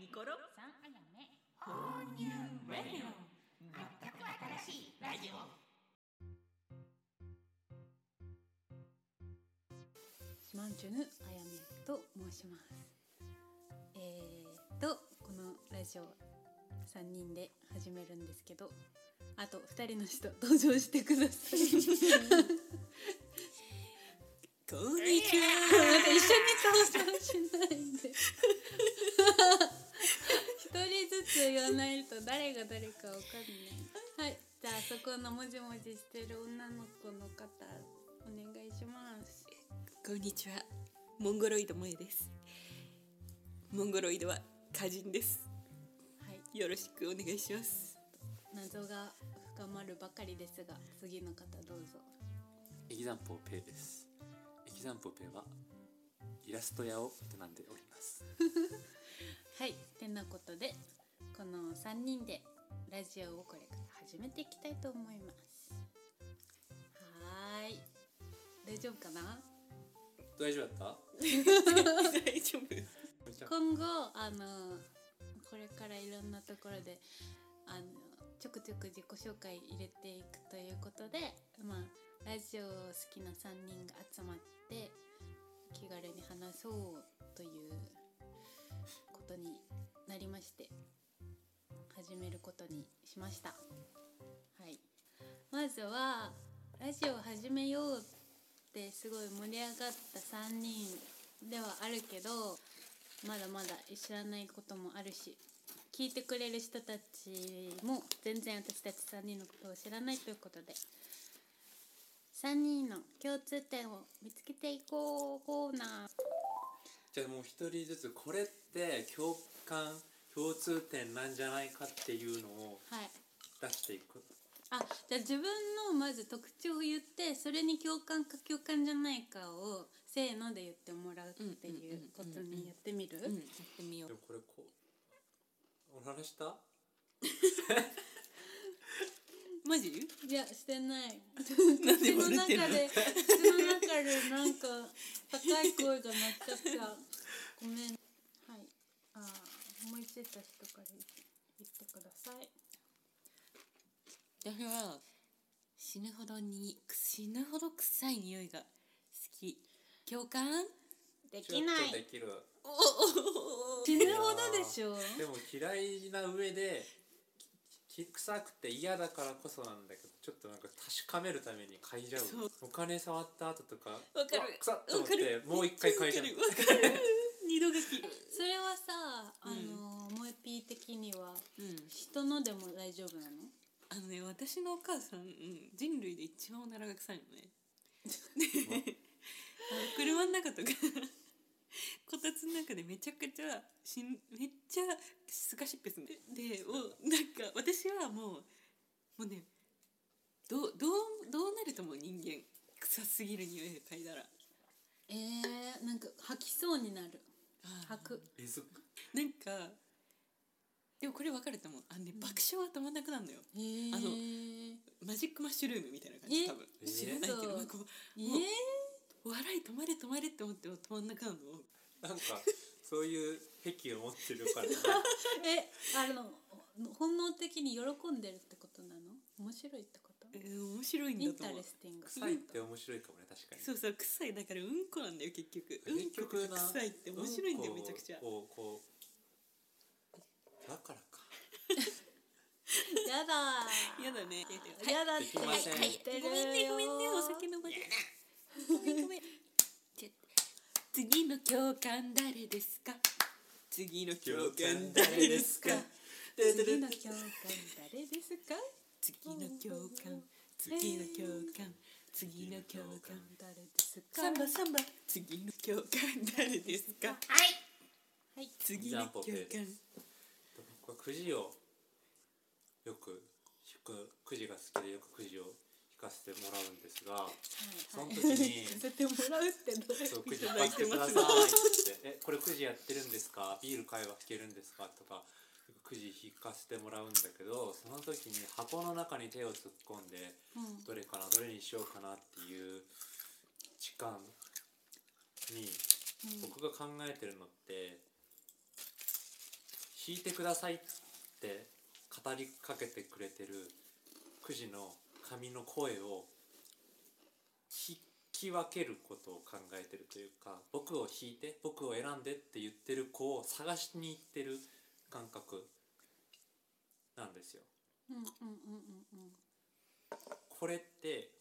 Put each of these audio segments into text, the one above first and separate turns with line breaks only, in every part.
ニコロ
三あやめ
レディオ全く新しいラジオ
シマンチュヌあやめと申します。えー、とこのラジオ3人で始めるんですけどあと2人の人登場してください待って
こんにちは
一緒に登場しないで一人ずつ言わないと誰が誰かわかんないはいじゃあそこのもじもじしてる女の子の方お願いします
こんにちはモンゴロイド萌えですモンゴロイドは歌人です
はい
よろしくお願いします
謎が深まるばかりですが次の方どうぞ
エキザンポーペイです。エキザンポーペイはイラスト屋を営んでおります。
はいてなことでこの3人でラジオをこれから始めていきたいと思いますはーい大丈夫かな
大丈夫だっ
大丈夫
た？
今後あのこれからいろんなところであのちょくちょく自己紹介入れていくということで、まあ、ラジオを好きな3人が集まって気軽に話そうということになりまして始めることにしました。はい、まずはラジオを始めようってすごい盛り上がった3人ではあるけどまだまだ知らないこともあるし聞いてくれる人たちも全然私たち3人のことを知らないということで3人の共通点を見つけていこうコーナー
じゃあもう一人ずつこれって共感共通点なんじゃないかっていうのを
はい
出していく。
あじゃあ自分のまず特徴を言ってそれに共感か共感じゃないかをせーので言ってもらうっていうことにやってみる、
やってみよ
でもこれこうお話した？
うマジ
いやしてない
なん
口
で
の
笑っ
中
て
で
んの
口の中でなんか高い声が鳴っちゃったごめんはいあー思いついた人から言ってください
私は死ぬほどに死ぬほど臭い匂いが好き共感
で
ちょっとできる。
死ぬほどでしょ
でも嫌いな上で。きき臭くて嫌だからこそなんだけどちょっとなんか確かめるために嗅いじゃう
そう
お金触った後とかわ
わかる
臭っと思ってもう一回嗅いじゃう
わかるわかる二度書 き
それはさあの萌えピー的には
うん
人のでも大丈夫なの
あのね私のお母さん、うん、人類で一番おならが臭いの ねあの車の中とかこたつの中でめちゃくちゃしんめっちゃすかしっぺすんででおなんか私はもうもうねどうどうどうなるとも人間臭すぎる匂いで嗅いだら
えー、なんか吐きそうになる吐く
えそっか
なんかでもこれ分かると思うあのね爆笑は止まんなくなるのよ
えー、
あの
え
マジックマッシュルームみたいな感じ
え
多分
え
知らないけど
嘘
なんかこう
ー
もうお笑い止まれ止まれって思っても止まんなくなるの
なんかそういう癖を持ってる から、
えあの本能的に喜んでるってことなの面白いってこと
えー面白い
イ
ん
ン
だと
タ
思
レ
う
スティング
臭いって面白いかもね確かに。
そうそう臭いだからうんこなんだよ結局う
結
んこと
局な
臭いって面白いんだよ
うん
め
こ
ち
を
ゃくちゃ
こうこうだからか。
やだー
嫌だね
やだっ
できません
て言ってる
ごめんねごめんねお酒飲まれごめんごめんちょ次の教官誰ですか次の教官誰ですか
次の教官誰ですか
次の教官次の教官次の教官
誰ですか
サンバサンバ次の教官誰ですかは
は
い
い
次の教
ジャンポケ
官
僕はくじをよく引くくじが好きでよくくじを引かせてもらうんですが、その時 に。
させてもらうってどう
そうく
い
じ
た
買
だい
って
て
くだ
ま
さい
す
ってえこれくじやってるんですかビール会話聞けるんですかとかくじ引かせてもらうんだけどその時に箱の中に手を突っ込んで、どれかなどれにしようかなっていう時間に、僕が考えてるのって弾いてくださいって語りかけてくれてるくじの紙の声を引き分けることを考えてるというか僕を引いて僕を選んでって言ってる子を探しに行ってる感覚なんですよ。
うんうんうんうんうん
これって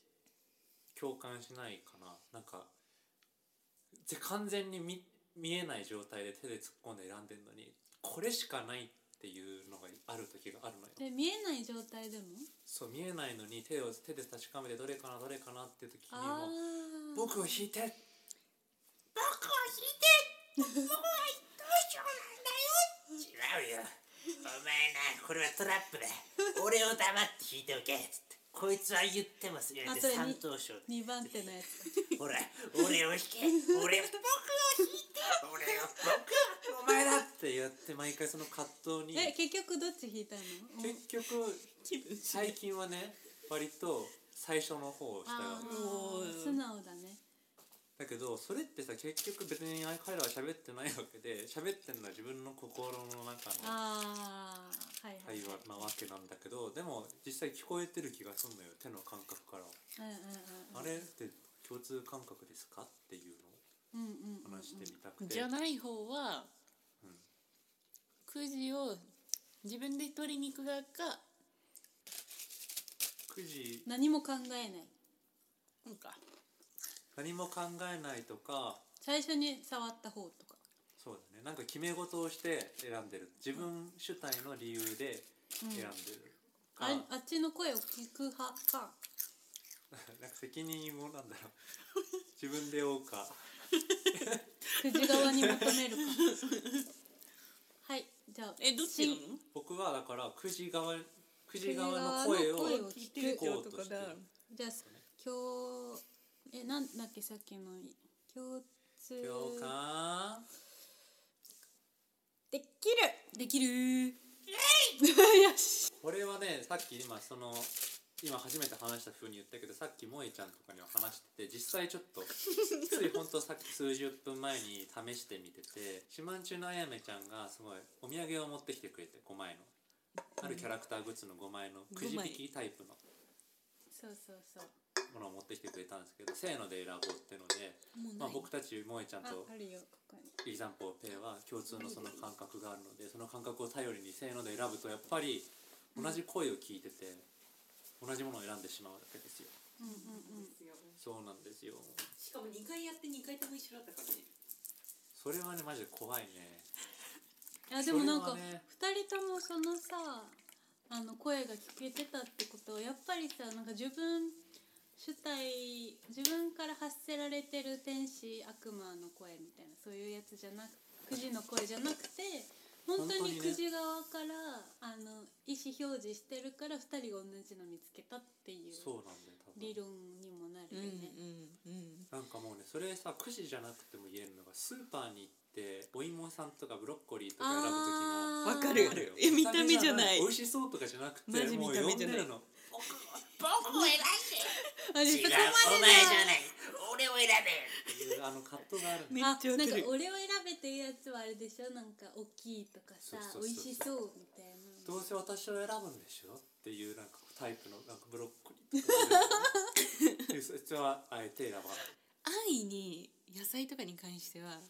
共感しないかななんかぜ完全に見見えない状態で手で突っ込んで選んでんのにこれしかないっていうのがある時があるのよ。
で見えない状態でも
そう見えないのに手を手で確かめてどれかなどれかなっていう時に
あ
も
ー
僕を引いて
僕を引いて僕は一等賞なんだよ違うよお前なこれはトラップだ俺を黙って引いておけつってこいつは言ってもすぐ
あ
て
それに
三等賞だ
2番手のやつ
ほら俺を引け俺を僕を引いて俺を僕をお
お前
前
だ
だ
ってやって毎回その葛藤に
え結局どっち引いたの
結局
気分次第
最近はね割と最初の方を従
あ
う
うん
ー素直だね
だけどそれってさ結局別に彼らは喋ってないわけで喋ってんのは自分の心の中の
ああはいは
会
い、
話なわけなんだけどでも実際聞こえてる気がすんのよ手の感覚から、
うんうん
あれって共通感覚ですかっていうのを
うんうんうんうん
話してみたくて、
じゃない方は、
うん
くじを自分で取りに行く側か
くじ
何も考えない
うんか
何も考えないとか
最初に触った方とか
そうだねなんか決め事をして選んでる自分主体の理由で選んでる、
あ
か
あっちの声を聞く派か
なんか責任をなんだろう自分で負うか
くじ側に求 めるかはいじゃあ
えどっちなの
僕はだからくじ側くじ側の
くじ
声
側の声
を
を
聞い
聞
て
く
るってことかな
じゃあ今日えなんだっけさっきの共通
共感
できる
できる
これはねさっき今その今初めて話した風に言ったけどさっき萌えちゃんとかには話してて実際ちょっ とついほんとさっき数十分前に試してみてて島んちゅのあやめちゃんがすごいお土産を持ってきてくれて5枚のあるキャラクターグッズの5枚のくじ
五枚
引きタイプの
そうそうそう
ものを持ってきてくれたんですけどせーので選ぼうってので、
もう
ま
な
あ
い、、
僕たち萌えちゃん
あ
と
あるよここに
イーサンポーペイは共通のその感覚があるのでその感覚を頼りにせーので選ぶとやっぱり同じ声を聞いてて同じものを選んでしまうわけですよ
うんうんうん
そうなんですよ
しかも2回やって2回とも一緒だったからね
それはねマジで怖いね
いやでもなん
そ
か
れはね
2人ともそのさあの声が聞けてたってことはやっぱりさなんか自分主体自分から発せられてる天使悪魔の声みたいなそういうやつじゃなくくじの声じゃなくて本当
本当に
にく
ね
じ側から、あの意思表示してるから2人が同じの見つけたっていう
そうなんだよ多
理
分
論にもな
う
る
ん
よ
うん
ね。
うん
なんかもうねそれさくじじゃなくても言えるのがスーパーに行ってお芋さんとかブロッコリーとか選ぶ時
あー
わか
の
る
あるよ
え見た目じゃない
美味しそうとかじゃなくて
マジ
も
見
う
た
呼
目
ん
じ
で
ゃない
るの
僕を選んで
あで
違
そ
う
こまで
お前じゃない俺を選
っていうあの葛藤があるん
め
だ
あ
っちゃわ
なん
か
か
る
俺を選べっていうやつはあれでしょなんか大きいとかさ
そうそうそうそう
美味しそうみたいな
どうせ私を選ぶんでしょっていうなんかタイプのなんかブロッコリーとかでそいつはあえて選ばない
安易に野菜とかに関しては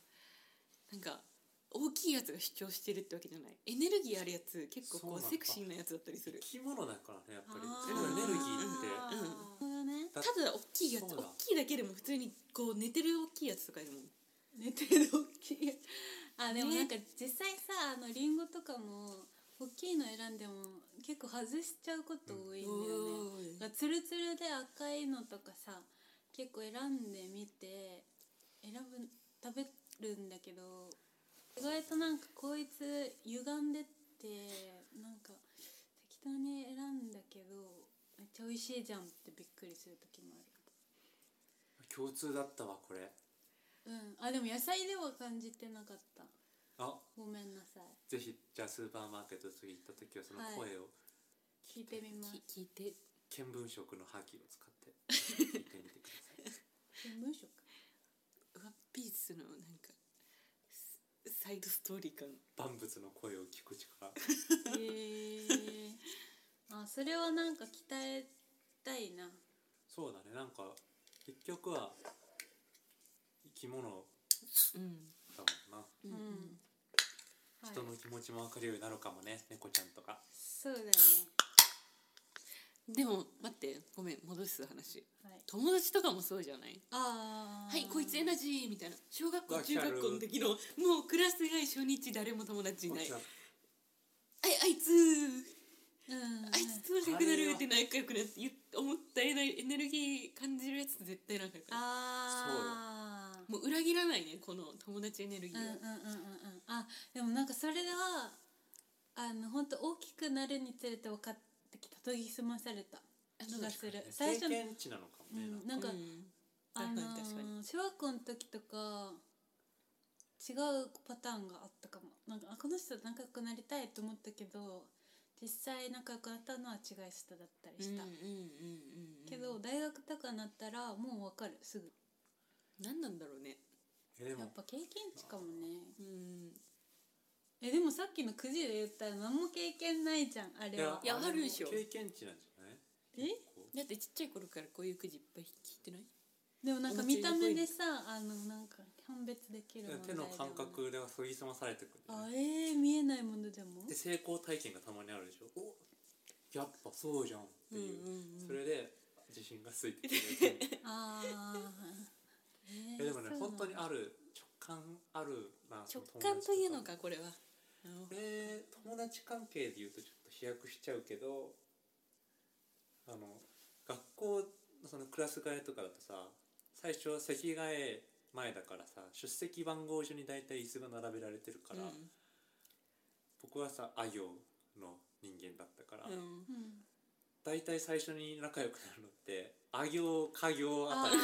なんか大きいやつが主張してるってわけじゃないエネルギーあるやつ結構
そう
こ
な
う
んだ
セクシーなやつだったりする
生き物だからねやっぱり
あー
全部エネルギーって
うん
そうだね
だ
ただ大きいやつ
そ
大
うだ
きいだけでも普通にこう寝てる大きいやつとかでも
寝てる大きいあでも
ね
なんか実際さあのリンゴとかも大きいの選んでも結構外しちゃうこと多いんだよね
おーい
なんかツルツルで赤いのとかさ結構選んでみて選ぶ食べるんだけど意外となんかこいつ歪んでってなんか適当に選んだけどめっちゃ美味しいじゃんってびっくりする時もある。
共通だったわこれ
うん、あでも野菜では感じてなかった
あ
ごめんなさい
ぜひじゃあスーパーマーケット次行った時はその声を
聞いてみます
き聞いて
見聞色の覇気を使って聞いてみてください
文書か
ワンピースのなんかすサイドストーリー感
万物の声を聞く力
へえあそれはなんか鍛えたいな
そうだねなんか結局は生き物だも
うん
んな
う
うん
ん
はい
人の気持ちも分かるようになるかもね猫ちゃんとか
そうだね
でも待ってごめん戻す話
はい
友達とかもそうじゃない
ああ
はいこいつエナジーみたいな小学校
わかる
中学校の時のもうクラス外初日誰も友達いないあいあいつ
うん
あいつと仲良くなるって仲良くなって言っ思ったエネルギー感じるやつと絶対仲良くなる
ああ
もう裏切らないねこの友達エネルギー
うんうん
は、
うんうんうんあでもなんかそれはあの本当大きくなるにつれて分かってきた研ぎ澄まされた気がする最
最
初の
初経験値なのかもね、
うん
なんか
なんか、
うん
あの
確かに確かに
ー小学校の時とか違うパターンがあったかもなんかあこの人と仲良くなりたいと思ったけど実際仲良くなったのは違う人だったりした、
うんうんうんうんうん
けど大学とかになったらもう分かるすぐ
何なんだろうね
えで
や
も
っぱ経験値かもね
うん
えでもさっきのくじで言ったら何も経験ないじゃんあれはい
やあるでしょ
経験値なんじゃな
え
いこう
だってちっちゃい頃からこういうくじいっぱい聞いてない
でもなんか見た目でさあのなんか判別できる問題
手
で
の
も
感覚で研ぎ澄まされてくる、
あえー、見えないものでも
で成功体験がたまにあるでしょおやっぱそうじゃんっていう,、
うんうんうん
それで自信がつい てくる
ああえ
えでもね本当に
あ
ある直感あるな
直感というの
友達
かこれは
これ友達関係で言うとちょっと飛躍しちゃうけどあの学校のそのクラス替えとかだとさ最初は席替え前だからさ出席番号順に大体椅子が並べられてるから、
うん
僕はさあ行の人間だったから、
うん
うん
大体最初に仲良くなるのってあ行家 行あ
あ
たり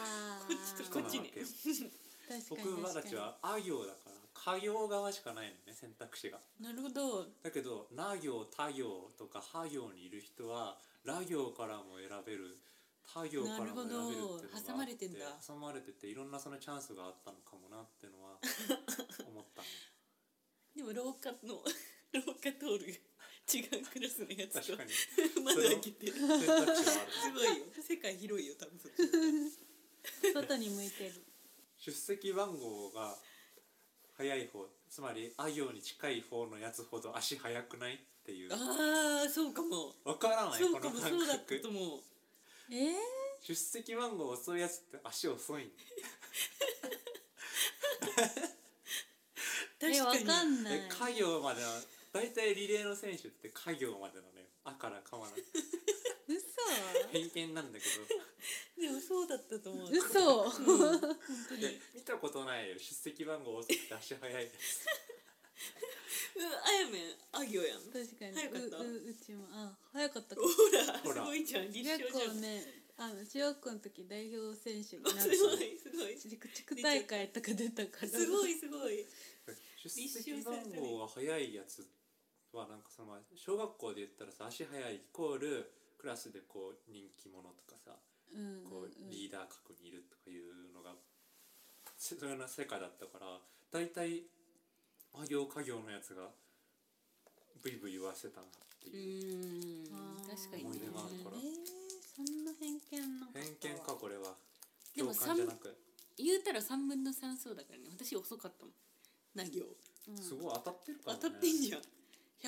あ
こっちとこ
こっ
っ
ち
ち
ね
ね
確かに
僕たちはあ行だから家行側しかないのね選択肢が。
なるほど
だけど「な行」「た行」とか「は行」にいる人は「ら行」からも選べる「た行」からも選べるっていうの
なるほ
があって
ど挟まれてんだ
挟まれてていろんなそのチャンスがあったのかもなっていう のは思ったね
でも廊下の 廊下通る違うクラスのやつ
確
と
かに
窓開けてす
選択肢はある
ごいよ世界広いよ多分そっち
外に向いてる
出席番号が早い方つまり「あ行」に近い方のやつほど足速くないっていう
ああそうかも
わからない
そうかも
この
そ
感
うだった
覚
と思う
えー、
出席番号遅いやつって足遅いん
確
え
か
わ
に
かんない
え家業までの大体リレーの選手って家業までなのよ「あ」から「か」まで
嘘
偏見なんだけ
でもそうだったと思う
嘘
どで見たことないよ出席番号遅くて足早いです
うんあやめんあ行やん
確かに
早かった
うううちもあ早かったか
ほ
ほ
ら
ら
すごいじゃん立
結
証じゃ
構
ん
ねあの中学校の時代表選手になっ
す
た
ごいすごい
地区地区大会とか出たから
すごいすごい
出席番号が早いやつはなんかその小学校で言ったらさ足早いイコールクラスでこう人気者とかさ
うんうんうん
こうリーダー格にいるとかいうのがせそういうような世界だったから大体あ行家業のやつがブイブイ言わせたなっ
う
てい
ん
う。
あー
確かに
思い出がある
ね
から
えー、そんな偏見なかったわ
偏見かこれは
でも
共感じゃなく、
言うたら3分の3そうだからね私遅かったもんな行
うん
すごい当たってるから
当
ね
たってんじゃん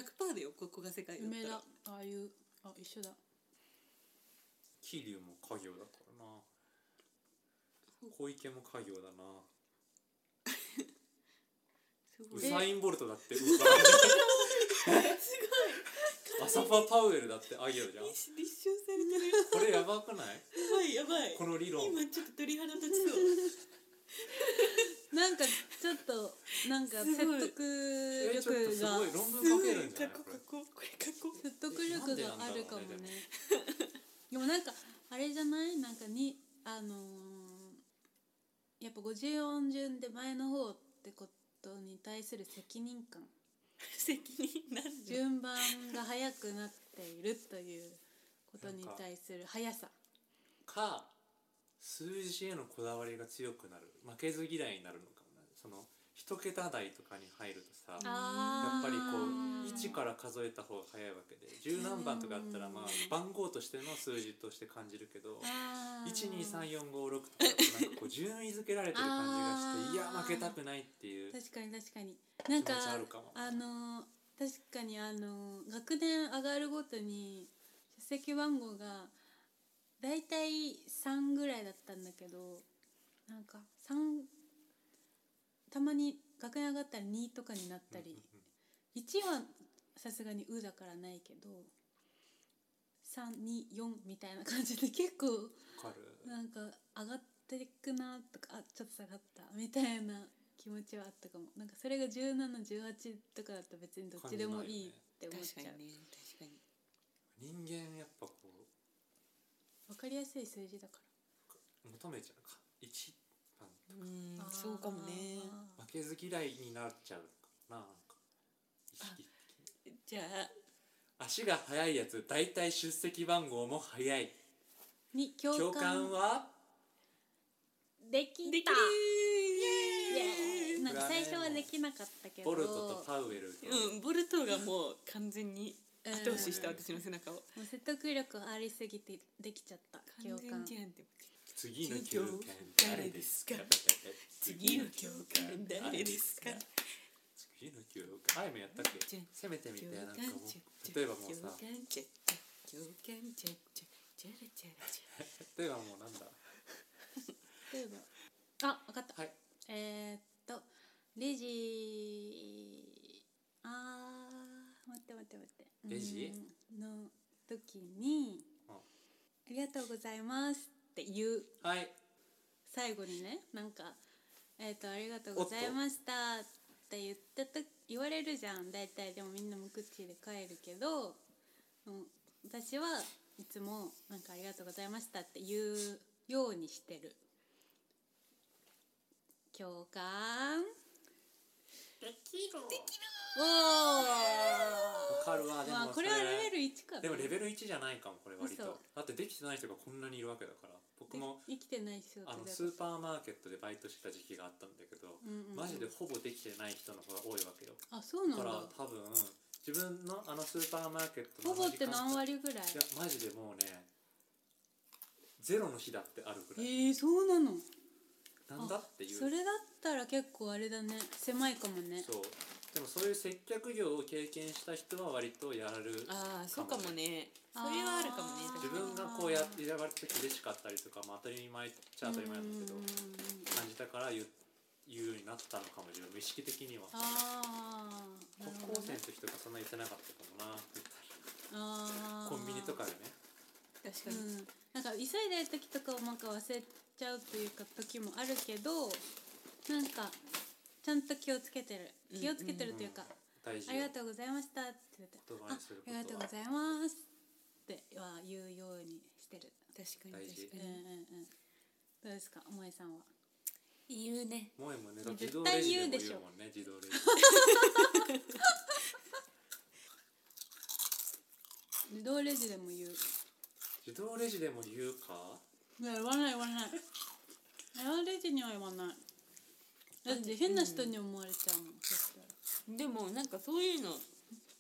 100%だよここが世界だっ
梅
た
田
ら
ああいうあ一緒だ
桐生も家業だからな小池も家業だな
すご
ウ
い
サイン・ボルトだ ってウーバーアサ
完
パ・パウエルだってあ行じゃ
全
ん
に立立証されてる
これやばくない
やばいやばい
この理論
今ちょっと鳥肌立ちそう
なんかちょっとなんか
す
説
ごい
得
えちょっと
力
す
が
ごい論文書けるんじゃ
過
ない
去
これ
過去これ過去
説得力があるかもねでもなんかあれじゃないなんかにあのーやっぱ50音順で前の方ってことに対する責任感
責任なんで
順番が早くなっているということに対する速さ
か数字へのこだわりが強くなる負けず嫌いになるのかもねその一桁台とかに入るとさ
あ
あ
やっぱり
う
こ1から数えた方が早いわけで十何番とかあったらまあ番号としての数字として感じるけど
123
123456とかだとなんか こう順位付けられてる感じがしていや
あー
負けたくないっていう
確かに確かになんか
気持ちあるかも
あのー確かにあのー学年上がるごとに出席番号がだいたい3ぐらいだったんだけどなんか3たまに学年上がったら2とかになったり1はさすがに「う」だからないけど324みたいな感じで結構
わかる
なんか上がっていくなとかあちょっと下がったみたいな気持ちはあったかもなんかそれが1718とかだと別にどっちでもいいって思っ
確
ち
か
ゃう
に
わ
ね確かに
人間やっぱこう
分かりやすい数字だか
求めちゃうか1番
うん
ら
そうかもね
あ
負けず嫌いになっちゃうのかななんか意識的に
じゃあ
足が速いやつ大体出席番号も速い
ーに共
共
感
感は
でき
でき
た
る
イエーイなんか
これ
最
はね
初はできなかったけど
ボルトとパウエルと
うんボルトがもう完全に
うん
後押しした私の背中を
もう説得力ありすぎてできちゃった
完
共
全
感
じゃんって思って
次の共感誰ですか
次の教官誰ですか
次の共感あいもやったっけせめてみたいななんかもう例えばもう
共感
さ
ちゃっちゃ共感ちゃっちゃチャラチャラチ
例えばもうなんだ
例えばあ分かった
はい
えー、っとレジあー待って待って待って
レジ
うーんの時に「
う
あ
ん
りがとうございます」って言う
はい
最後にねなんか「えー、っとありがとうございました」って言ったと言われるじゃん大体でもみんな無口で帰るけど、うん、私はいつも「なんかありがとうございました」って言うようにしてる共感お
わ
お。
かるわでも
まあこれはレベル一か。
でもレベル1じゃないかもこれ割
嘘
とだってできてない人がこんなにいるわけだから僕も
生きてない仕事
あ
だ
の
から。
スーパーマーケットでバイトしてた時期があったんだけど、
うんうん
マジでほぼできてない人の方が多いわけよ
あそうな
だ
んだ
から。多分自分のあのスーパーマーケットの
ほぼって
あの時間
何割ぐらい
い。やマジでもうねゼロの日だってあるぐ
え
らい、
ー、そうなの。
なんだっていう
それだったら結構あれだね狭いかもね。
そうでもそういう接客業を経験した人は割とやられる
ャああそうかもねそれはあるかもね
あー
自分がこうや選ばれた時嬉しかったりとか、まあ、当たり前っちゃ当たり前なんだけど
うんうんうん
感じたから言う言うようになったのかも自分も意識的には
ああ。なるほ
高
ど
校生
ね
の時とかそんな言ってなかったかもなみたい
あ
な
ー
コンビニとかでね
確
う
かに
ん、なんか急いでる時とかをなんか忘れちゃうというか時もあるけどなんかちゃんと気をつけて
う
る
ん
気をつけてるというか
う
「
ん大事
ありがとうございました」って言って「
言
あ
葉にするこ
あ
と
り
は
がとうございます」っては言うようにしてる。
確か
大
に
事
確
う
か
んう
に、
んうん、どうですか萌えさんは。
言うね
萌えもね
絶対
自動レジ
言う
で
で
も
し
言
ょ
うもんね自動レジ
自動レジでも言う。
自動レジでも言う か
いや言わない言わない。自動レジには言わない。だって変な人に思われちゃうもん、そしたら。
でもなんかそういうの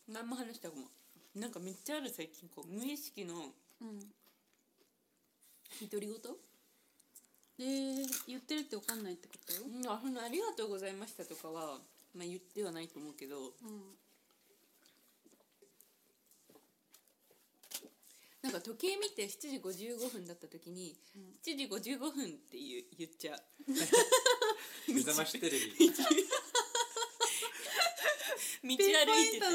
何も話したかもなんかめっちゃある最近こう無意識の
うん
独り
で
言
言ってるって分かんないってこと
うんあその「ありがとうございました」とかは、まあ、言ってはないと思うけど
うん
なんか時計見て7時55分だった時に「
ん
7時55分」って言う言っちゃう
目覚ましテレビ
道歩いて
ピン
て
ポイントの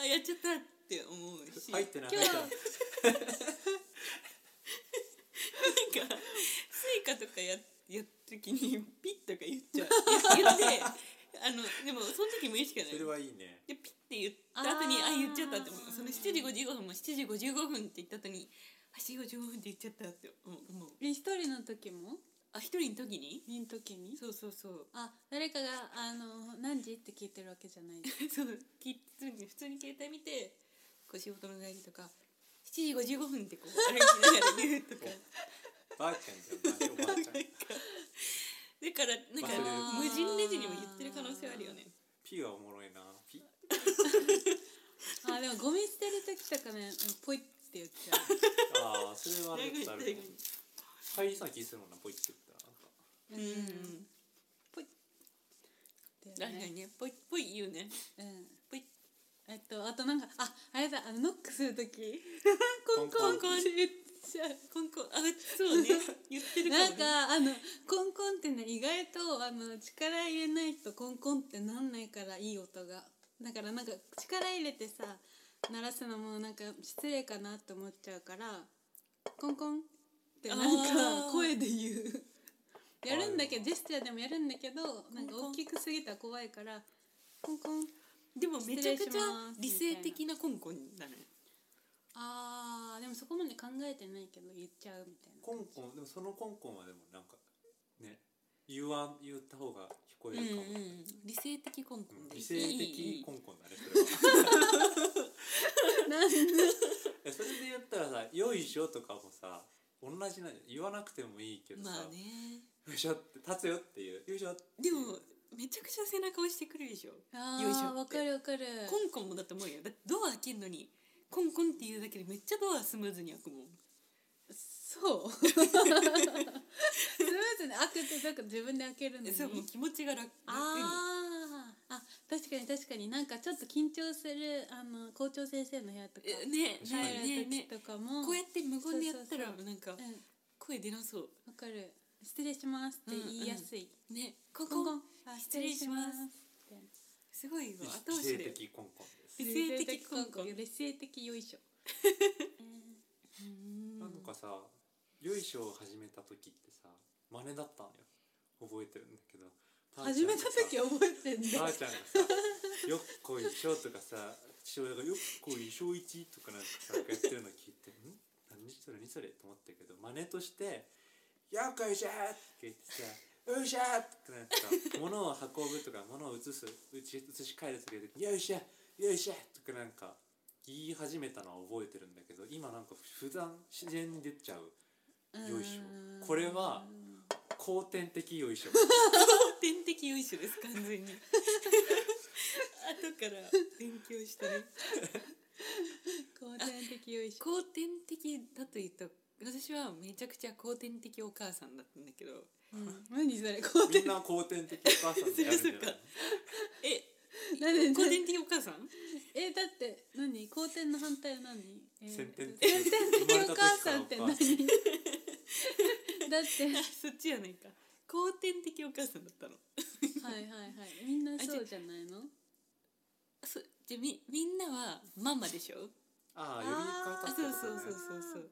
あやっちゃったって思うし
入ってない
今
入
日
ってない
なんかスイカとかややる時にピッとか言っちゃう言ってあのでもその時無意識じゃ
そ
な
れ
い
はいいね
でピッて言った後に
あ
あ
ー
言っちゃったって思うその7時55分も7時55分って言った後にあ7時55分って言っちゃったって思う思う
一人の時も
あ一人の時に
の時に
そうそうそう
あ誰かがあの何時って聞いてるわけじゃない
そうき普通に普通に携帯見てこう仕事の帰りとか7時55分ってこう歩きながら言うとか
ばあちゃんじゃんおばあちゃん
だからなんか
忘れ
無
る
人レジにも言ってる可能性あるよね
ピーはおもろいなピ
あでもゴミ捨てる時とかねポイって言っちゃ
ああそれはちょっとあるかも入りそうな気するもんなポイって言ったらなんか
う
う
うん
んうん
だよ
確か
ね
にねぽいぽい言うね
うん
ぽい
えっとあとなんかああれだあのノックする時コン
コ
コ
ン
ン
コ
コ
ン
ンって言っちゃう
コンコンあそうね言ってるか も
なん
ね
かあのコンコンってね意外とあの力入れないとコンコンってなんないからいい音がだからなんか力入れてさ鳴らすのもなんか失礼かなと思っちゃうからコンコンってなん
あー
か声で言うやるんだけ
あー
どジェスチャーでもやるんだけどなんか
コンコン
大きくすぎたら怖いからコンコン
でもめちゃく
失
ちゃ
礼します
理性的なコンコンだね
あーでもそこまで考えてないけど言っちゃうみたいな
コンコンでもそのコンコンはでもなんかね言わん言った方が聞こえるかも、
うんうん理性的コンコン
うん
で
理性
いいい
的
い
コンコンだねそれ は
なん で
えそれで言ったらさ「よいしょ」とかもさ同じなんじゃない言わなくてもいいけどさ
まあね
よいしょって立つよっていうよいしょって
でもめちゃくちゃ背中押してくるでしょ
あ
よいしょっ
ー
て
わかるわかる
コンコンもだと思うよだってドア開けんのにコンコンって言うだけでめっちゃドアスムーズに開くもん
そう。スムーズに開くってなんか自分で開けるの
え
に。
そうもう気持ちが楽楽に
あーあ、確かに確かになんかちょっと緊張するあの校長先生の部屋とか
えね
確かに
入る
ねね
時
ね
とかも、
こうやって無言でやったら
そうそう
なんか
うん
声出なそう
わかる。失礼しますって言いやすい。
ねコン
コンコン
コン。
あ
失礼します。
みたいな
すごいわ後
理
押し
性
で
的コンコンです
理性的コンコン
理性的よいしょ。え
うーん
なんかさ「よいしょ」を始めた時ってさ真似だったのよ覚えてるんだけど
ー始めた時
は
覚えてん
ば
だ
あ。ちゃんがさ「よっこいしょ」とかさ父親が「よっこいしょいち」とかなんかさやってるの聞いて「ん何それ何それ?」と思ったけど真似として「よっこいしょ」って言ってさ「よいしょ」ってなんかさ物を運ぶとか物を移すうち移し替える時に「よいしょよいしょ」とかなんか言い始めたのは覚えてるんだけど今なんか普段自然に出ちゃうよいしょこれは後天的よいしょ
天的優秀です完全に後から勉強したね
後天的よいしょ。
後天的だと言った私はめちゃくちゃ後天的お母さんだったんだけど
うん何それ後
み
天
んな後天的お母さんでやるんじゃな
そっ
い
かえ
なんで
後天的お母さん
えだって何後天の反対は何、えー
先天
先天的お母さんって何 だっ
生まれた時
てはい
そっちやないか後天的お母さんだったの
はいはいみんなそうじゃないの
そじゃあみみんなはママでしょ
ああより
あ
方
そうそうそうそうそう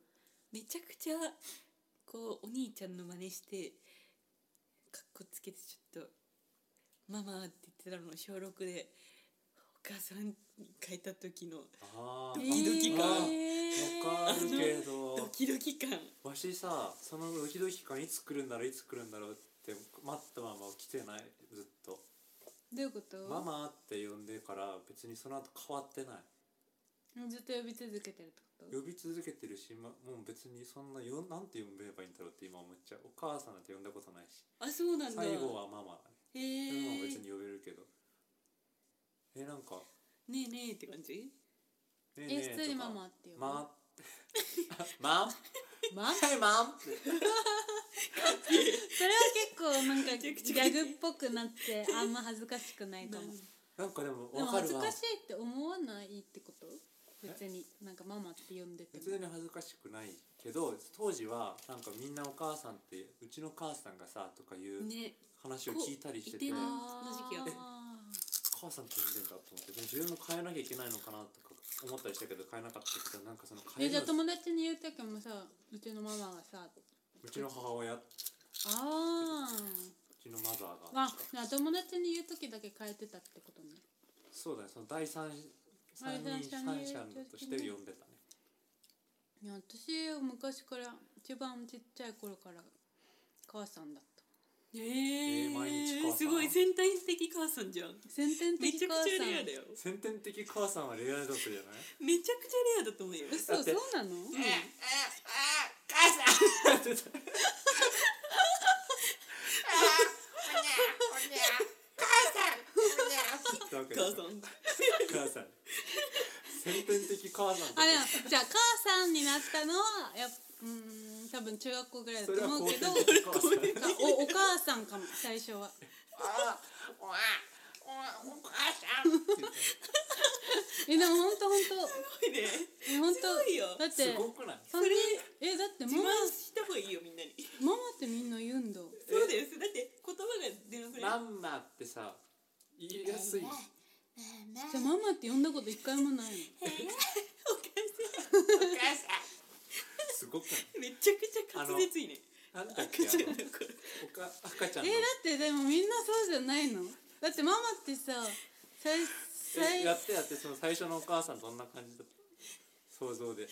めちゃくちゃこうお兄ちゃんの真似してかっこつけてちょっと「ママ」って言ってたのを小6でお母さんに変えた時の
ああ
ドキドキ感
わかるけど
ドキドキ感
わしさそのドキドキ感いつ来るんだろういつ来るんだろうって待ったまま来てないずっと
どういうこと
ママって呼んでから別にその後変わってない
ずっと呼び続けてるってこと
呼び続けてるし、ま、もう別にそんなよなんて呼べばいいんだろうって今思っちゃうお母さんなんて呼んだことないし
あそうなんだ
最後はママだね
へ
で
え
も別に呼べるけどえなんか
ねえねえって感じ
「ねえ
え
ね
普通
え」
に
と
マ
か
マって
「
呼ぶ
ま ん」「まん」
マ
「 はいまん」って
それは結構なんかギ
ちゃくちゃ
ャグっぽくなってあんま恥ずかしくないかも
なんかでも
でも
わか
恥ず
るわ
かしいって思わないってこと別になんかママって呼んでて
別に恥ずかしくないけど当時はなんかみんなお母さんってうちの母さんがさとかいう
ね
話を聞いたりしてて、
こういてな
あー
その時期は
母さんって呼んでんだと思ってでも自分も変えなきゃいけないのかなとか思ったりしたけど変えなかったけどなんかその変
え
え
じゃあ
るの
友達に言う時もさうちのママがさ
うちの母親う
あ
ちのマザー
ー
が
ああ友達に言う時だけ変えてたってことね
そうだねその第三三
第
人
三者
三
に
者として呼んでたね
いや私は昔から一番ちっちゃい頃から母さんだった
え
えー毎日母さん
すごい全体的母さんじゃん
先天
め
的
ちゃ
母さ
く
ん
ちゃレアだよ
先天的母さんはレア族じゃな
め
い
ちゃくちゃレアだと思うよ
嘘
だっ
そう
て
なの
あああ母さんあーおにゃおにゃ母さんおにゃ
母さん
母さん先天的母さん
あれなじゃあ母さんになったのはやっうーん多分中学校ぐらいだ
そ
と
れは
思
後
うけど
天的母さん
おお母さんかも最初は
あおわおわお母さん
えでも本当本
すごいね
当本
すごいよ
当だって
すごくない
そんなえだって
自
ママ
慢した方がいいよみんなに
ママってみんな言うんだ
そうですだって言葉が出なく
マ
な
ンマってさ言いやすい
じゃあママって呼んだこと一回もないの
お母さん
すごくない
いめちゃくちゃ滑舌いいね
なんだっけ
赤ちゃん
あ
の
の
頃
おか赤ちゃ
え
んの
だってでもみんなそうじゃないのだってママってさ最最
えやってやってその最初のお母さんどんな感じだった想像で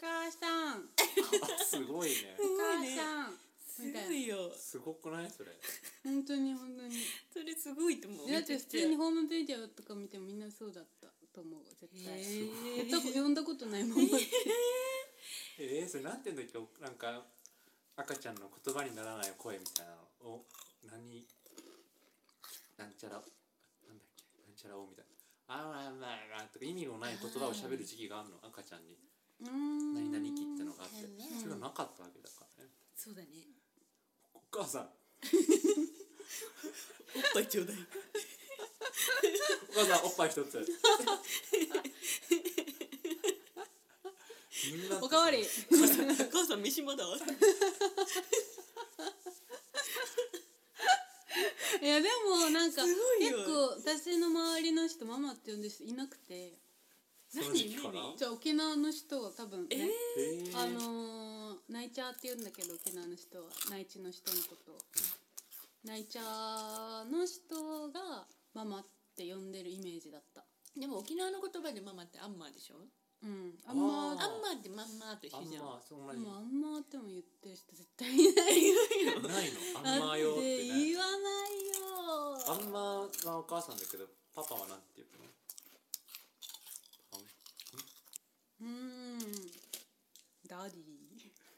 母さん
あすごいね
お母
ね
さん
す
みたい
ご
ない
よ
すごくないそれ
本当に本当に
それすごいと思う
だって普通に
めち
ホームビデオとか見てもみんなそうだったと思う絶
ゃく
対、
ちゃへ
やったこ
ー
呼んだことない ママって
えー、それなんて言うんだっけなんか赤ちゃんの言葉にならない声みたいなのを何なんちゃらなんだっけなんちゃらおみたいなあらあらあらとか意味のない言葉を喋る時期があるの赤ちゃんに
うー
「
ん
何々期」ってのがあって
ん
それがなかったわけだからね
そうだね
お母さん
おっぱいちょうだい
お母さんおっぱい一つみんな
おかわ り
母さん飯まだわ
いやでもなんか
すごい
結
よ
構私の周りの人ママって呼んでる人いなくて
その時期かな
何
じゃあ沖縄の人は多分ね、
えー
えー、
あのー、ナイチャーって言うんだけど沖縄の人は内地の人のことを、ナイチャーの人がママって呼んでるイメージだった
でも沖縄の言葉でママってアンマーでしょ
うんあんま
あ
ア
ー
ンマーってマンマーと一
あ
緒
ん
じゃん
まそんな
で
に
もあんまっても言ってる人絶対いないよ
ないのあんまよっ
だって
てね
言わ
あ
ないよ
んまはお母さんだけどパパはなんて言うの
うーんダディ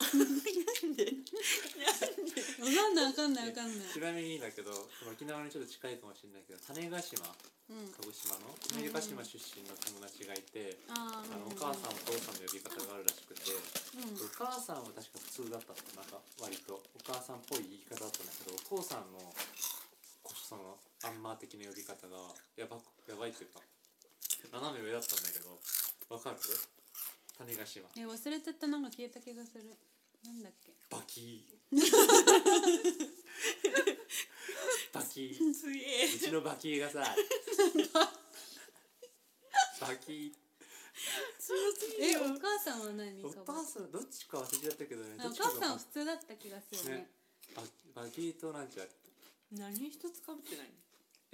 なんで
わかんないわかんないわかんない
ちなみにだけど沖縄にちょっと近いかもしれないけど種子島
うん
鹿児島の種子島出身の友達がいて、
あ
あのお母さんお父さんの呼び方があるらしくて、
ーうん
お母さんは確か普通だったのなんか割とお母さんっぽい言い方だったんだけどお父さんのこそのアンマー的な呼び方がやばくやばいっていうか斜め上だったんだけどわかる種子島
え忘れちゃったなんか消えた気がするなんだっけ
バ キーバキー
すげえ
うちのバキーがさバキ
強すぎる
え
よ
お母さんは何
ーお母さんどっちか忘れちゃったけどね
あ
ど
お
っちかが
母さんは普通だった気がするよね
ねババキーとなんちゃら
何一つかぶってない
い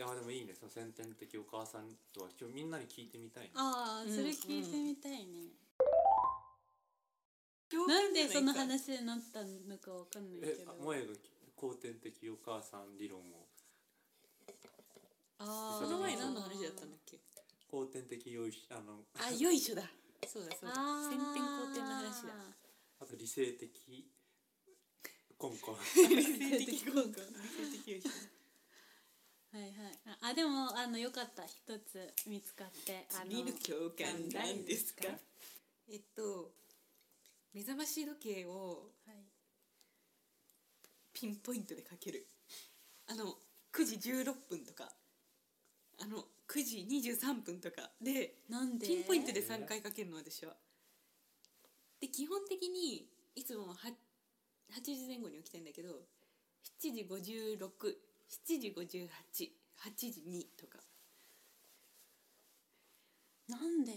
やでもいいねその先天的お母さんとは今日みんなに聞いてみたいな
ああ
うん
それ聞いてみたいね、
の
なんでその話になったのかわかんない
え
けど
あ萌えが後天的お母さん理論を
あ
その前何の話だったんだっけ
後天的よいしあの
あよいしょだそうだそうだ
あー
先天後天の話だ
あと理性的コン コン
理性的効果理性的よいしょ
はいはいああでもあのよかった一つ見つかってあの
次の共感なんですかえっと目覚まし時計を
はい、
ピンポイントでかけるあの9時16分とかあの9時23分とかで
なんで
ピンポイントで3回かけるの私はで基本的にいつもは8時前後に起きてんだけど7時567時588時2とか
なんで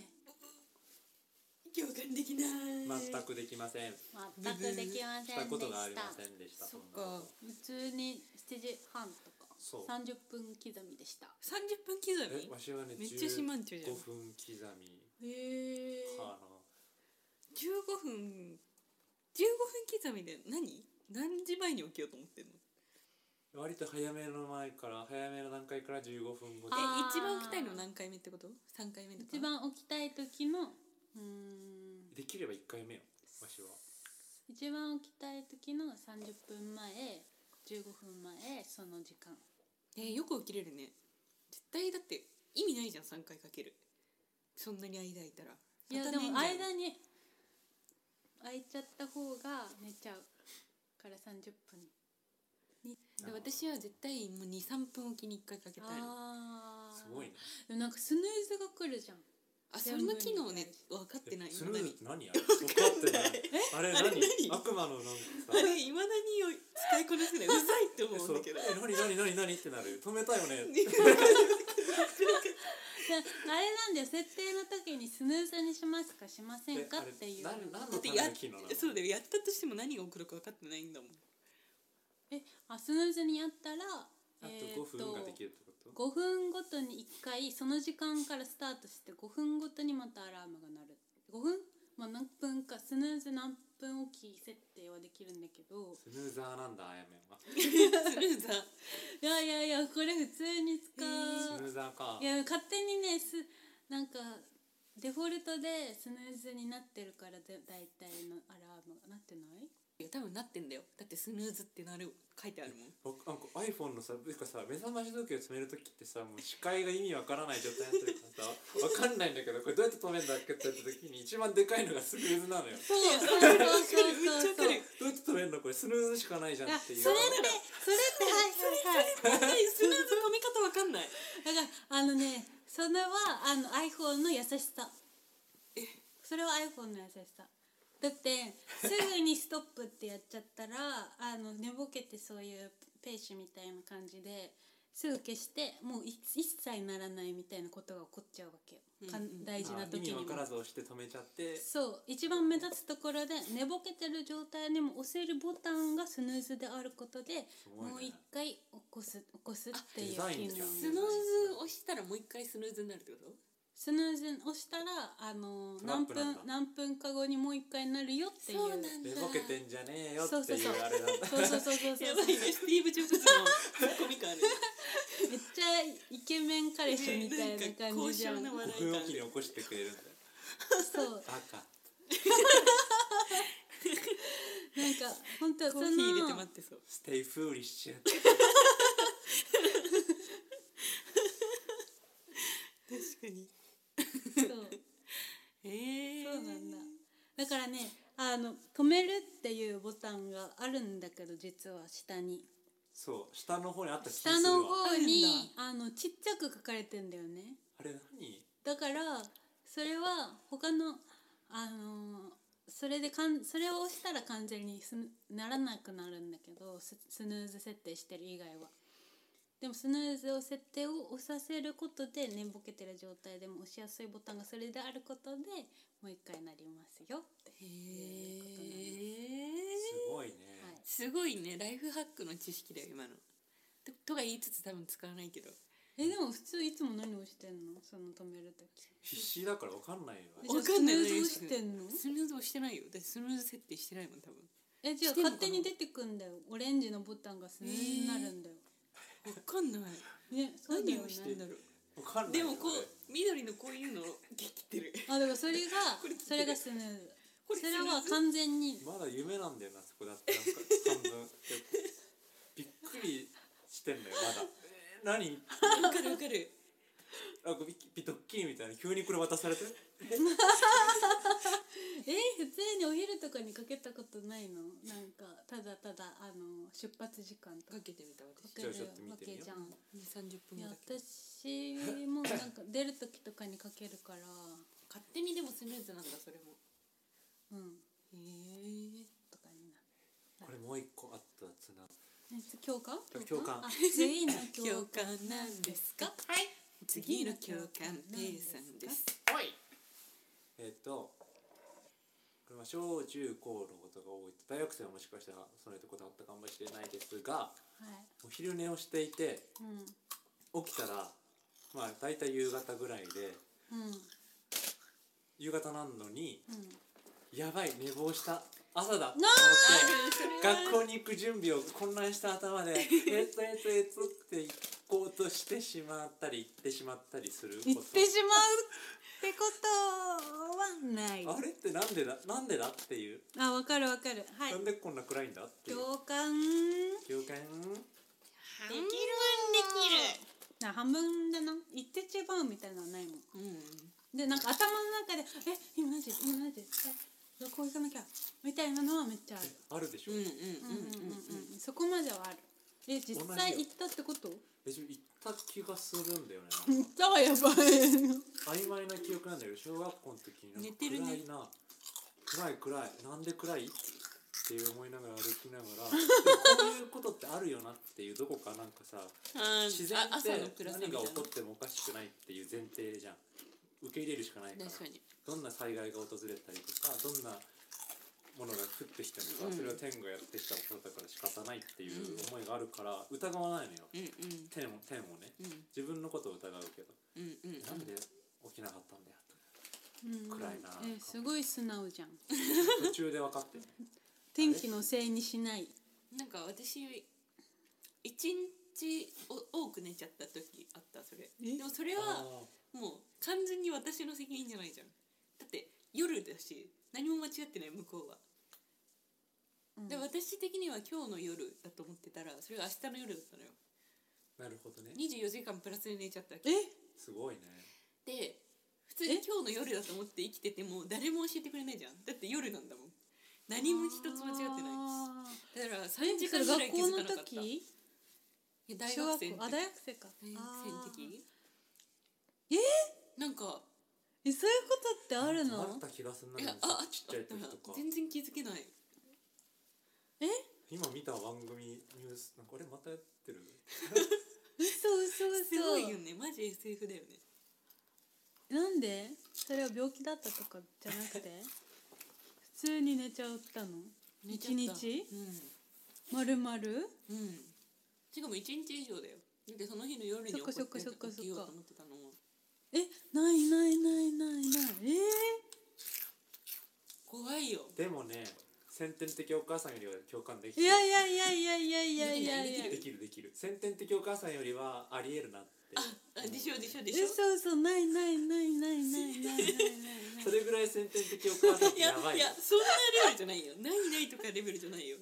共感できない
全くできませんし
全くできませんでした
たことがありませんでした
そっ
んな
か
こと
普通に7時半とか
そう
30分刻みでした
30分刻
え
み
わしはね
めっちゃ島んちゅうじゃん
15分刻み
へえ
か
15分15分刻みで何何時前に起きようと思ってんの
な割と早めの前から早めの段階から15分後
え
あー
一番起きたいの何回目ってこと ?3 回目とか
一番起きたい時のうーん
でできれば1回目よわしは
一番起きたい時の30分前15分前その時間
ねよく起きれるね絶対だって意味ないじゃん3回かけるそんなに間空いたら
いや
ま
でも
た寝んじゃん
間に空いちゃった方が寝ちゃうから30分に
で私は絶対もう23分おきに1回かけたいの
あー
すごいね
でもなんかスヌーズが来るじゃん
あその機能ね分かってない
えス
未だ
ヌーズっ
に
て何や分かってないあれ
あれ
何
何
悪魔のなんか
あ
さ
れいまだによ使いこなせないうざいって思う
えそ
ん
う
だ
え
けど
何何何何ってなる止めたよね
であれなんだよ設定の時にスヌーズにしますかしませんかっていう
えあれなんなん
だ
の
って
た
や
め
っ
の機能なの
そうだよやったとしても何が起こるか分かってないんだもん
えあスヌーズにやったら
あと
えー
5分ができるってこと
5分ごとに1回その時間からスタートして5分ごとにまたアラームが鳴る5分まあ何分かスヌーズ何分おき設定はできるんだけど
スヌーザーなんだあやめんは
スルーザー
いやいやいやこれ普通に使
スヌ
う、
ーザーか
いや勝手にねすなんかデフォルトでスヌーズになってるからだ大体のアラームがなってない
いや多分なってんだよだってスヌーズってなる書いてある もん
僕なんか iPhone のさてかさ目覚まし時計を詰める時ってさもう視界が意味わからない状態になってるか らさわかんないんだけどこれどうやって止めんだっけってやった時に一番でかいのがスヌーズなのよ
そうそうそう そう
めっちゃわかる
どうやって止めんのこれスヌーズしかないじゃん
いや
っ
そ
て
れっ
い
て
う
それってはいはいはい
えスヌーズ止め方わかんない
だからあのねそれはあの iPhone の優しさそれは iPhone の優しさだってすぐにストップってやっちゃったらあの寝ぼけてそういうペーシュみたいな感じですぐ消してもうい一切ならないみたいなことが起こっちゃうわけよ、かん
うんうん
大事な
あ意
時
味
にも
わからず押して止めちゃって
そう一番目立つところで寝ぼけてる状態でも押せるボタンがスヌーズであることで、
ごいね
もう一回起こす起こすっていう機
あデザインじゃん
能
スヌーズ押したらもう一回スヌーズになるってこと
スヌーズ押したらあの
トラ
何
ップな
分
んだ
何分か後にもう一回なるよっていう
寝ぼけてんじゃねえよっていう
そうそうそう
あれ なんだ
そうそうそうそうそう
やばいね スティーブ・ジョブズのツッコミ感ある
めっちゃイケメン彼氏みたいな感じじゃん
ねなんか高尚な
5分おきに起こしてくれるんだよ
そう
バカ
なんか本当そ
コー
の
ヒー入れて待ってそう
ステイフーリッシュ
確かに
そう
ええ
そうなんだだからねあの止めるっていうボタンがあるんだけど実は下に
そう下の方にあった気するわ
下の方
あ
にあのちっちゃく書かれてんだよね
あれ何
だからそれは他のあのーそれでかんそれを押したら完全にすならなくなるんだけどススヌーズ設定してる以外はでもスヌーズを設定を押させることで寝ぼけてる状態でも押しやすいボタンがそれであることでもう一回なりますよって
へ
いうことなんです
え
すごいね、
はい
すごいねライフハックの知識だよ今のととは言いつつ多分使わないけど
えでも普通いつも何押してんのその止める時
必死だから分かんないわ
え
わかんない
スヌーズ押してんの
スヌーズ押してないよだってスヌーズ設定してないもん多分
えじゃあ
してんの
勝
かな
手に出てくんだよオレンジのボタンがスヌーズになるんだよ、
わかんない
ねそうだ
何
よ
を
ね
してんだろう
分かんない
で
よ
もこ
俺
う緑のこういうのを切ってる
あだからそれが
これ聞いてる
それがスヌーズ
これ
それは完全に
まだ夢なんだよなそこだってなんか半分びっくりしてんだよまだ、えー、何
わかるわかる
あこうびびドッキリみたいな急にこれ渡されて
え普通にお昼とかにかけたことないのなんかただただあの出発時間と
か
か
けてみた私
かける
じゃあちょっと見
わ
て
け
みよう
じゃん
2 3 0
い
分
や
後
私もな
だけど
ん か出る時とかにかけるから
勝手にでもスヌーズなんだそれも
うん
へえ
とかにな
これもう一個あったやつな
るえ共感
共感
あ次の
教
共 感
官なんですか
はい
次の教官姉さんです
おい
えっ、とこれは小中高のことが多い大学生はもしかしたらそのことあったかもしれないですが
はい
お昼寝をしていて
うん
起きたらまあ大体夕方ぐらいで
うん
夕方なのに
うん
やばい寝坊した朝だと思っ
あ
て学校に行く準備を混乱した頭でえっとえっとえっとって行こうとしてしまったり行ってしまったりすること
行ってしまうってことはない
あれってなんでだなんでだっていう、
あわかるわかるはい
なんでこんな暗いんだっていう
共感
教官
できる
な半分だな言ってちばうみたいなのはないもん
うん
でなんか頭の中で「え今何時今何時えどこ行かなきゃ」みたいなのはめっちゃある
あるでしょ、
うんうんう
う
ん
ん
うん
うん
うん
うんうんそこまではあるえ実際
同じ
行ったってこと
別に行った気がするんだよね
行ったはやばい
曖昧な記憶なんだよ小学校の時になんか
寝てるね
暗いな、暗い暗いなんで暗いって思いながら歩きながらでもこういうことってあるよなっていうどこかなんかさ
あ
自然
ーあ
って
朝の暗さみた
何
いな
が起こってもおかしくないっていう前提じゃん受け入れるしかないから
確かに
どんな災害が訪れたりとかどんなものが降ってきてもさ、それは天がやってきたことだから仕方ないっていう思いがあるから疑わないのよ、
うんうん
天を天をね
うん
自分のことを疑うけど、
うんうん
なんで起きなかったんだよと暗いな
うんえすごい素直じゃん
途中で分かって
天気のせいにしない
なんか私一日お多く寝ちゃった時あったそれ
え
でもそれはもう完全に私の責任じゃないじゃんだって夜だし何も間違ってない向こうは、
うん
で私的には今日の夜だと思ってたらそれが明日の夜だったのよ
なるほどね
24時間プラスで寝ちゃったわけ
え
すごいね
で普通に今日の夜だと思って生きてても誰も教えてくれないじゃんだって夜なんだもん何も一つ間違ってない
あ
だから
ー
3時
そ
間
れ
ぐらい
学校の
気づかなかったい
時
や大
小
学
学
生の
校あ
時
大学生か
大学生の
あー
時
え
なんか
えそういうことってある
あっ
の
た気がするない
や
なんか
ああ
ちっちゃい時とか
全然気づけない
え
今見た番組ニュースなんかあれまたやってる
嘘嘘嘘
すごいよねマジ SF だよね
なんでそれは病気だったとかじゃな くて普通に寝ちゃったの
寝ちゃ
一
った
日
う
まるまる
んうんしかも1日以上だよだってその日の夜に起こって
そっかそっかそっか
起きようと思ってたのも
えないないないないない
怖いよ
でもね先天的お母さんよりは共感で
えー、
きる
いやいやいやいやいやいやいや
できない
いや
できるできる先天的お母さんよりはありえるなって
あでしょでしょでしょ
嘘嘘ないないないないないないないないない
それぐらい先天的お母さんっ
い
て
や
やばい
い
よ
やそんなレベルじゃないよないないとかレベルじゃないよ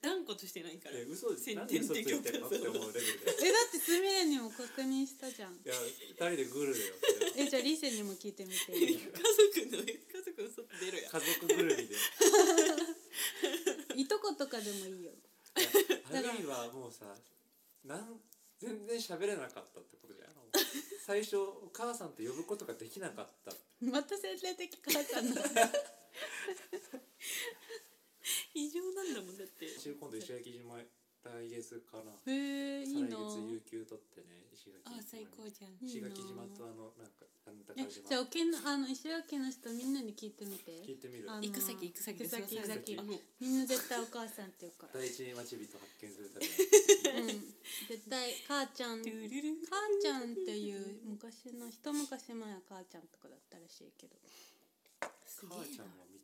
断固としてないから
え嘘です
先
なんで
天
嘘つい
的お母
て
さ
る
ん
のって思うレベルで
えだってスミレにも確認したじゃん
いや二人でグルだよそれは
えじゃあリセにも聞いてみて
家族の家族の嘘って出ろや
家族ぐるみで
いとことかでもいいよ
ハリーはもうさなん全然喋れなかったってことじゃん最初お母さんと呼ぶことができなかった
また先生的母さ んの
異常なんだもんだって
中今度石垣島来月かな
へえいい
再来
な
月有給取ってね石垣
あ
島に
最高じゃん
石垣島とあのなんかなんだ
え
か
じゃあ
島
沖縄あの石垣の人みんなに聞いてみて
聞いてみる
あの
行く先行く先
行く先行く先
あの
みんな絶対お母さんって言うか
第一町人発見するため
ら、うん、
に
絶対母ちゃん
ト
母
ゥルルン
ちゃんっていう昔の一昔前は母ちゃんとかだったらしいけど
す
母
げえな
ちゃんは見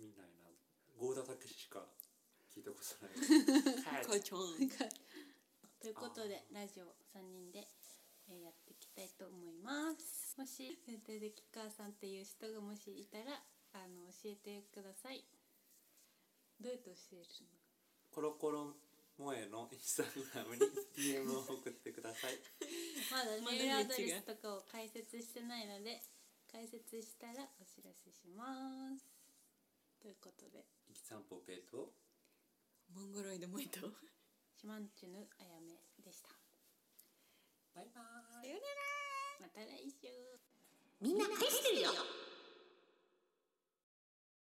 見ないな郷田武史しか聞いたことない
母ちゃん
なんかということでラジオ3人で、えーやっていきたいと思いますもし先生的母さんっていう人がもしいたらあの教えてくださいどうやって教えるの
コロコロ萌えのインスタグラムに DM を送ってください
まだ
まだ
メールアド
道
レ
が
スとかを解説してないので解説したらお知らせしますということで
いきさんぽペイト
モンゴロイドもいた
シマンチュヌあやめでした
バイバーイ
また来週
みんな愛してるよ